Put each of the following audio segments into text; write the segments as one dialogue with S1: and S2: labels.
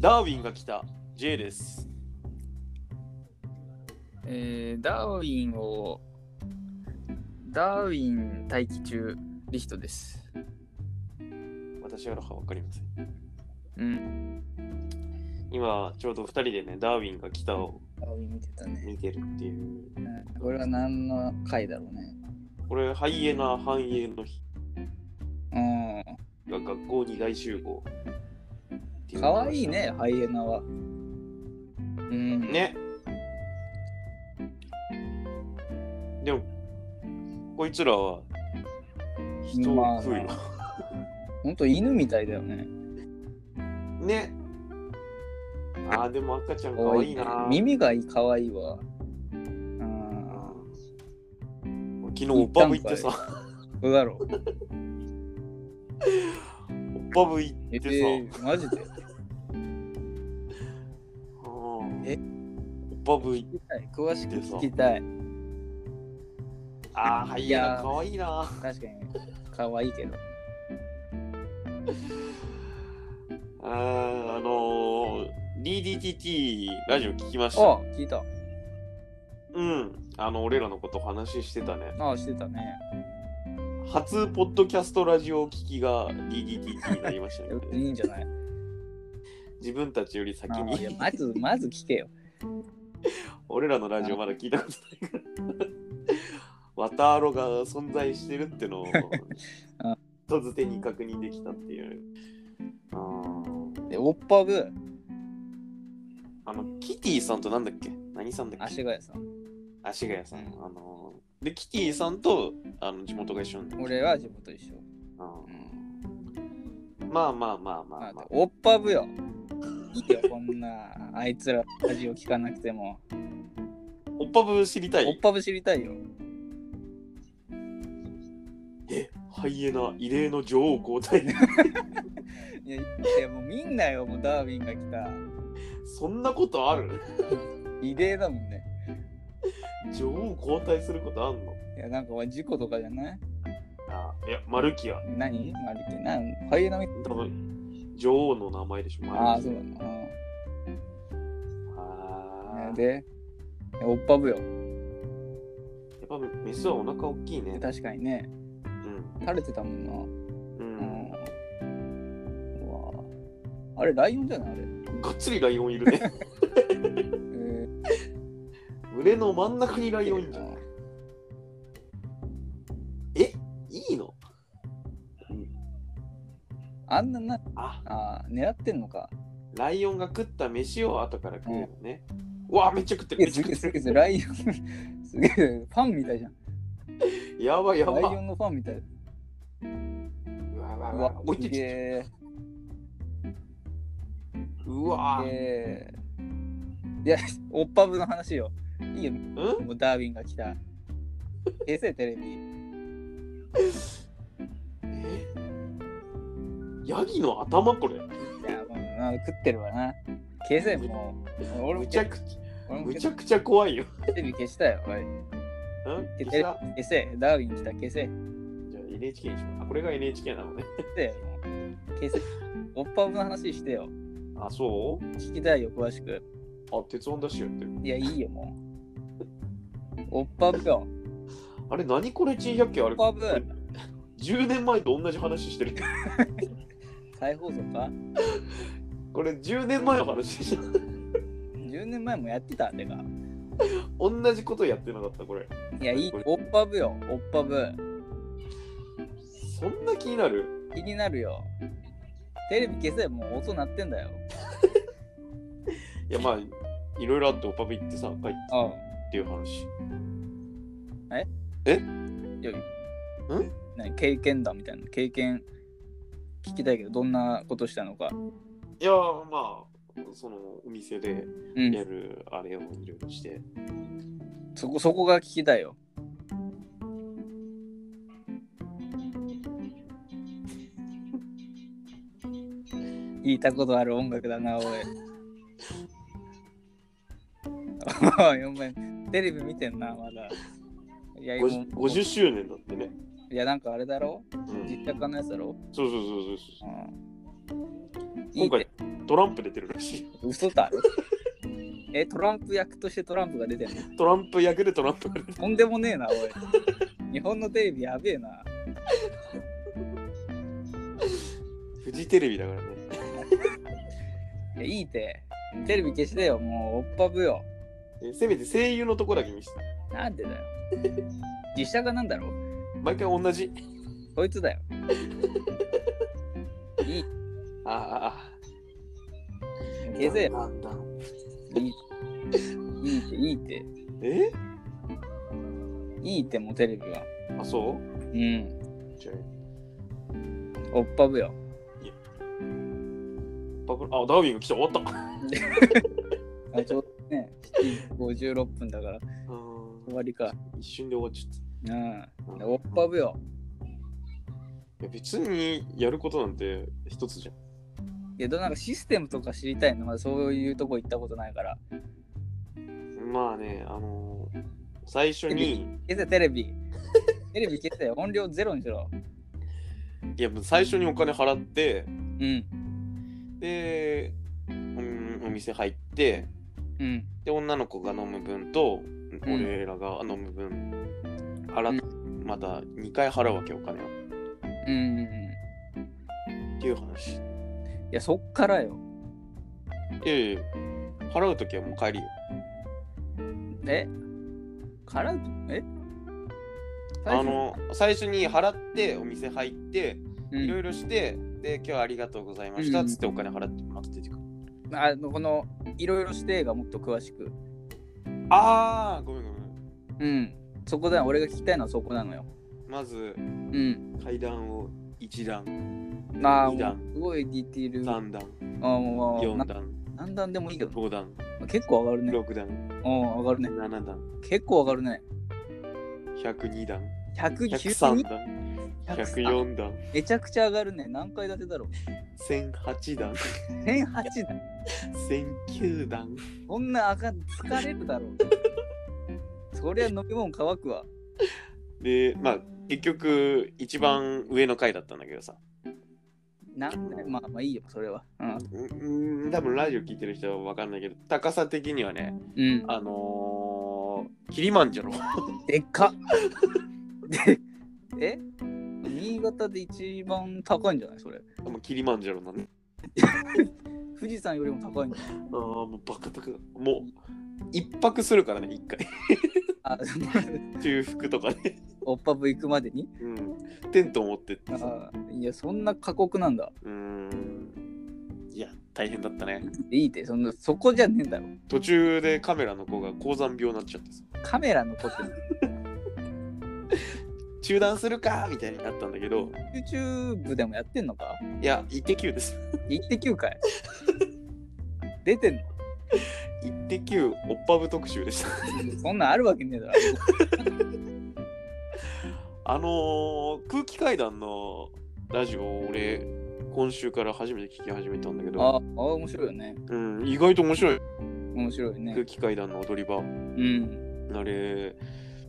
S1: ダーウィンが来た J です。
S2: えーダーウィンを、ダーウィン待機中、リヒトです。
S1: 私はわかりません。
S2: うん。
S1: 今、ちょうど2人でね、ダーウィンが来たを
S2: ダーウィン見てたね。
S1: 見てるっていう。
S2: これは何の回だろうね。
S1: これ、ハイエナ、繁栄の日
S2: うん。
S1: が学校に大集合。
S2: かわいい。ね、ハイエナは。うん。。
S1: ね。でも、こいつらは人を食うよ。
S2: まほんと犬みたいだよね。
S1: ね。ああ、でも赤ちゃんか
S2: 可
S1: わ
S2: 愛
S1: いいな。
S2: 耳がかわいいわ。うん。
S1: 俺昨日、オッパブ行ってさ、
S2: どうだろう。
S1: オッパブ行
S2: え
S1: ってさ、
S2: ー、マジで。
S1: うん
S2: え
S1: オッパブ行っ
S2: 聞きたい詳しく聞きたい。
S1: ああ、ハイエ
S2: い
S1: ナ
S2: やー
S1: かわいいな。
S2: 確かに、かわいいけど。
S1: あーあのー、DDTT ラジオ聞きました。
S2: あ、聞いた。
S1: うん。あの、俺らのこと話してたね。
S2: あ、してたね。
S1: 初ポッドキャストラジオ聞きが DDTT になりました
S2: い
S1: ね。
S2: いんじゃない
S1: 自分たちより先
S2: あいや
S1: に、
S2: まず、まず聞けよ。
S1: 俺らのラジオまだ聞いたことないから。 ワタアロが存在してるって のを
S2: うん
S1: 人づてに確認できたっていう。あー
S2: で、オッパブ、
S1: あの、キティさんとなんだっけ何さんだっけ
S2: 足がやさん。
S1: 足がやさん。
S2: うん
S1: あのーで、キティさんとあの地元が一緒なんだっけ
S2: 俺は自分と一緒。
S1: うんまあまあまあま
S2: ま
S1: あ、
S2: あ
S1: まあ、、
S2: オッパブよ。いいよ、こんな、あいつらラジオ聞かなくても。
S1: おっぱぶ知りた
S2: オッ
S1: い
S2: パブ知りたいよ。
S1: えハイエナ異例の女王交代
S2: いや、いやもうみんなよ、もうダーウィンが来
S1: そんなことある
S2: た。異例だもんね。
S1: 女王交代することあんの
S2: いや、なんか、事故とかじゃない
S1: あいやマルキア
S2: 何マルケなんハイエナみたい
S1: 多分女王の名前でしょマルキ
S2: な。
S1: ア
S2: ああ、そうだな。うん
S1: あーや
S2: で、おっぱぶよ。
S1: っぱメスはお腹大きいね
S2: 確かにね、
S1: うん
S2: 垂れてたもんな。
S1: う、
S2: うんん。うわあれ、ライオンじゃないあれ。
S1: がっつりライオンいるね
S2: え
S1: 胸の真ん中にラ
S2: ー
S1: イオンいるじゃんえいいの
S2: あんなな、
S1: あ
S2: あー狙ってんのか。
S1: ライオンが食った飯を後から食うのね、うわめっちゃ食って
S2: い
S1: る
S2: や、
S1: めっ
S2: す
S1: ちゃ食
S2: げ
S1: って
S2: え、す
S1: る
S2: げえ、ライオン、 すげえ、ファンみたいじゃん。
S1: やばいやば
S2: ラ
S1: い
S2: イオンのファンみたい。
S1: うわうわ
S2: う
S1: う
S2: わ
S1: わ、おい
S2: す
S1: ちょ
S2: げ
S1: ちょ
S2: え、す
S1: うわ
S2: げえ。いや、おっぱぶの話よ。いいよ、
S1: ん
S2: もうダーウィンが来た。平成テレビ。
S1: えヤギの頭これ
S2: いや、もうな食ってるわな。消せもう。俺も
S1: むちゃくち
S2: 俺
S1: ゃ
S2: も
S1: むち
S2: 消
S1: ゃくちゃ怖いよ
S2: テレビ消したよ。おい
S1: ん
S2: 消
S1: 消し
S2: せ
S1: た
S2: 消せ。ダーウィン来た。消せ。
S1: じゃあ NHK にしようあこれが NHK なのね
S2: 消せ。消せ。オッパブの話してよ。
S1: あそう
S2: 聞きたいよ、詳しく。
S1: あ鉄音だしやってる
S2: いや、いいよ、もう。オッパブよ。
S1: あれ何これ珍百景あれ
S2: オッパブ。
S1: 10年前と同じ話してる
S2: 再放送か
S1: これ10年前の話でした
S2: ?10 年前もやってたってか。
S1: 同じことやってなかったこれ
S2: いや、いい。オッパブよ。オッパブ。
S1: そんな気になる
S2: 気になるよ。テレビ消せ。もう音鳴ってんだよ。
S1: いやまあいろいろあってオパブ行ってさ帰って
S2: ああ。
S1: っていう話
S2: よい何経験談みたいな経験聞きたいけどどんなことしたのか
S1: いやまあそのお店で
S2: う
S1: や
S2: ん
S1: るあれをいろいろして、
S2: そこそこが聞きたいよ 言いたことある音楽だなおいおいお前テレビ見てんなまだいやもう
S1: 50 50周年だってね、
S2: いやなんかあれだろ
S1: うん
S2: 実家のやつだろ、
S1: そうそうそうそう
S2: うんいい
S1: 今
S2: って
S1: 回トランプ出てるらしい。
S2: 嘘だろえ、トランプ役としてトランプが出てる
S1: トランプ役でトランプが出てる。
S2: とんでもねえな、おい。日本のテレビやべえな。
S1: フジテレビだからね。
S2: いや、いいって。テレビ消してよ、もう、おっぱぶよ。
S1: えせめて声優のとこだけ見せて。
S2: なんでだよ。実写がなんだろう
S1: 毎回同じ。
S2: こいつだよ。いい。
S1: ああ、ああ。
S2: 消せよ。
S1: なんだ
S2: いい。いいって、いいって。
S1: え
S2: いいって、もうテレビは。
S1: あ、そ
S2: うん。
S1: うじゃあ
S2: おっぱぶよ。
S1: パクあ、ダーウィンが来た。終わった。あ
S2: あ、ちょうどね、7時56分だから、終
S1: ー
S2: わりか。
S1: 一瞬で終わっちゃっ
S2: うん。おっぱぶよ。
S1: た。いや、別にやることなんて一つじゃん。
S2: いや、どうなんかシステムとか知りたいの、まだそういうとこ行ったことないから。
S1: まあね、あのー最初に、
S2: 消せ、テレビ。テレビ消せよ。音量ゼロにしろ。
S1: いや、もう最初にお金払って、
S2: うん。
S1: で、うん、お店入って、
S2: うん。
S1: で、女の子が飲む分と、
S2: ん
S1: 俺らが飲む分、払っまた2回払うわけ、お金を。
S2: うんうんうん。
S1: っていう話。
S2: いや、そっからよ。
S1: いやいやいや払うときはもう帰りよ。
S2: えからえ最
S1: あ
S2: 初
S1: の、最初に払って、お店入って、
S2: うん
S1: いろいろして、で、今日はありがとうございまし
S2: う
S1: た、
S2: ん
S1: つってお金払って、また出てくる。
S2: あのこのいろいろしてがもっと詳しく。
S1: ああごめんごめん。
S2: うん。そこだよ。俺が聞きたいのはそこなのよ。
S1: まず、
S2: うん。
S1: 階段を1段、
S2: まあ、
S1: 二段
S2: もうすごいディティール。あ
S1: 3段、
S2: もう
S1: 4
S2: な
S1: 段、
S2: 何段でもいいけど、
S1: 5段、
S2: 結構上がるね。
S1: 6段、
S2: うん、上がるね。
S1: 7段、
S2: 結構上がるね。
S1: 102段、103
S2: 192?
S1: 段、
S2: 104
S1: 104段、
S2: めちゃくちゃ上がるね。何回立てだろう。
S1: 1008段、
S2: 1008だ。
S1: 1009段、
S2: こんな上が疲れ るだろう。そりゃ飲み物乾くわ。
S1: で、まあ、結局、一番上の階だったんだけどさ。
S2: なんでまあまあいいよ、それは。うん。
S1: うーん多分ラジオ聞いてる人は分かんないけど高さ的にはね
S2: うん、
S1: あのー、キリマンジャロ
S2: でっかっでえ新潟で一番高いんじゃないそれ。
S1: もうキリマンジャロなんで
S2: 富士山よりも高いんじゃない
S1: ああもうバカバカもう一泊するからね一回
S2: あ
S1: 中腹とかね、
S2: おっぱぶ行くまでに
S1: うん、テント持ってってさ
S2: あいや、そんな過酷なんだ。
S1: うーんいや大変だったね
S2: いいって、そんなそこじゃねえんだろ。
S1: 途中でカメラの子が高山病になっちゃってさ
S2: カメラのこと、
S1: 中断するかみたいになったんだけど
S2: YouTube でもやってんのか
S1: いや一滴球です
S2: 行ってきゅうかい出てんの
S1: 一滴球おっぱぶ特集でした
S2: そんなんあるわけねえだろ。
S1: あのー空気階段のラジオを俺今週から初めて聞き始めたんだけ
S2: あ
S1: ど、
S2: あ、面白いよね。
S1: うん、意外と面白い
S2: 面白いよ
S1: 空
S2: ね。
S1: 気階段の踊り場
S2: うん。
S1: あれ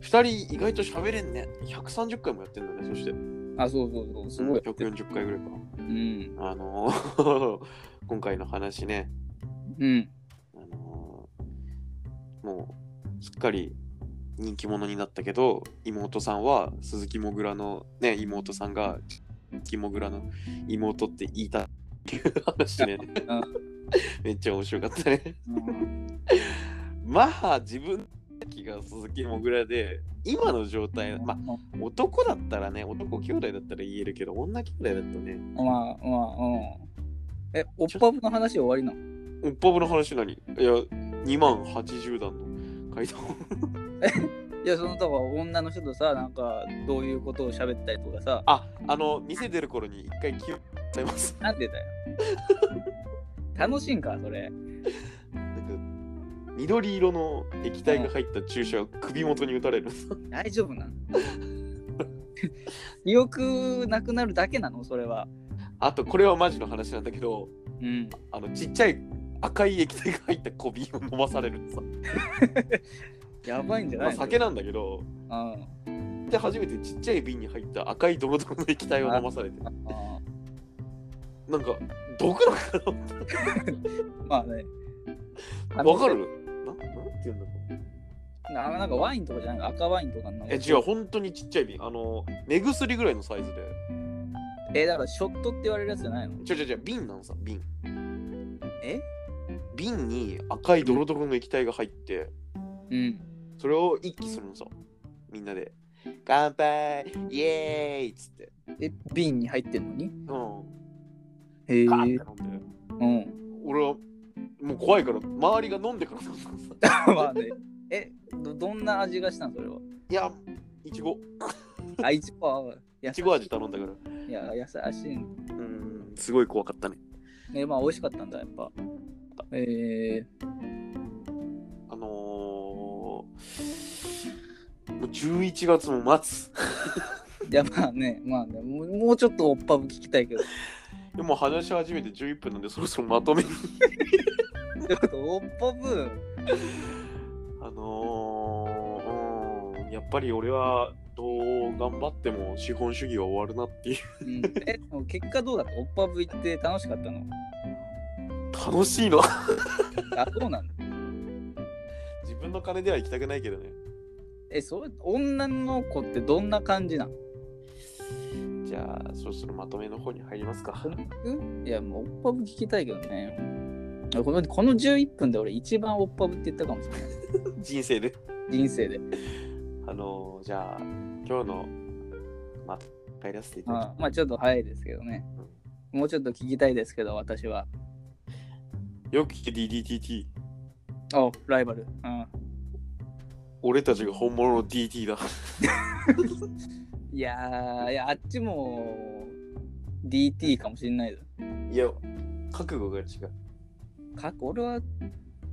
S1: 2人意外と喋れんね130回もやってんだねそして
S2: あ、そうそうそう、すごい。
S1: 140回ぐらいか
S2: うん。
S1: あのー 今回の話ね、
S2: うん。
S1: あのーもうすっかり人気者になったけど妹さんは鈴木もぐらのね妹さんが鈴木もぐらの妹って言いたっていう話ね
S2: うん
S1: めっちゃ面白かったね
S2: うん
S1: まあ自分が鈴木もぐらで今の状態まあ男だったらね男兄弟だったら言えるけど女兄弟だとね
S2: まあまあ、うん。え、オッパブの話終わりなの
S1: おっぱぶの話何いや2万80段の階段を
S2: いや、その、だから女の人とさ、なんか、どういうことを喋ったりとかさ、
S1: あ、あの、店出る頃に一回気を使います。
S2: なんでだよ。楽しいんか、それ。
S1: なんか、緑色の液体が入った注射を首元に打た れる。
S2: 大丈夫なの 記憶なくなるだけなのそれは。
S1: あと、これはマジの話なんだけど、
S2: うん。
S1: あの、ちっちゃい赤い液体が入った小瓶を飲まされるさ。
S2: やばいんじゃ
S1: ま
S2: な
S1: あ、
S2: いの
S1: 酒なんだけど、
S2: うん。
S1: で、初めてちっちゃい瓶に入った赤いドロドロの液体を飲まされて。
S2: あ
S1: なんか毒なのか
S2: まあね。
S1: なわかるななんて言うんだろう
S2: ななんかワインとかじゃない赤ワインとかの。
S1: え違う本当にちっちゃい瓶あの目薬ぐらいのサイズで
S2: え、だからショットって言われるやつじゃないの
S1: ちょちょちょ瓶なのさ瓶
S2: え
S1: 瓶に赤いドロドロの液体が入って
S2: うん。
S1: それを一気するのさみんなで乾杯イエーイっつって
S2: え、瓶に入ってんのに
S1: うん
S2: へえ。
S1: ガーって飲んで
S2: うん。
S1: 俺はもう怖いから周りが飲んでから飲んだ さ
S2: まあね。えど、どんな味がしたのそれは。
S1: いやいちご
S2: あ、いちご。い
S1: いちご味頼んだから
S2: いや、優しいね。
S1: うんすごい怖かったね
S2: ね、まあ、美味しかったんだ、やっぱ。え
S1: あのー、もう11月も末
S2: ー、いや、まあね、まあね、もうもうちょっとおっぱぶ聞きたいけど、
S1: でも話し始めて11分なんでそろそろまとめに
S2: ちょっとおっぱぶ、
S1: あのー、うんやっぱり俺はどう頑張っても資本主義は終わるなっていう
S2: うん、え、でも結果どうだったおっぱぶ行って楽しかったの
S1: 楽しいの
S2: あ、そうなんだ。
S1: 自分の金では行きたくないけどね
S2: え、そう、女の子ってどんな感じなの
S1: じゃあそろそろまとめの方に入ります か
S2: うんいや、もうおっぱぶ聞きたいけどね。このこの11分で俺一番おっぱぶって言ったかもしれない。
S1: 人生で
S2: 人生で。
S1: あのー、じゃあ今日のま帰らせていただきます
S2: まあ、まあ、ちょっと早いですけどね。もうちょっと聞きたいですけど、私は。
S1: よく聞け DDTT
S2: あ、ライバル。うん。
S1: 俺たちが本物の DT だ
S2: いやー、いや、あっちも DT かもしれないぞ。
S1: いや覚悟が違う
S2: か俺は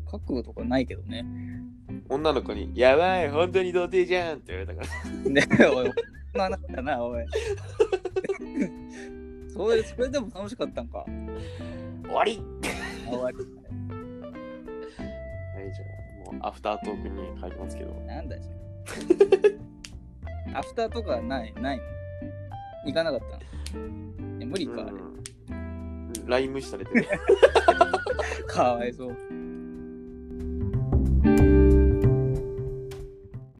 S2: 覚悟とかないけどね。
S1: 女の子に「やばい本当に童貞じゃん」って言われたから
S2: ねおい、そんな話だな、おい。それそれでも楽しかったんか。
S1: 終わりは
S2: あ終わり
S1: いじゃあもうアフタートークに入りますけど
S2: なんだよそれ。アフターとかない、ないの行かなかったのいや無理か、あれ
S1: うんライム視されてる
S2: かわいそう。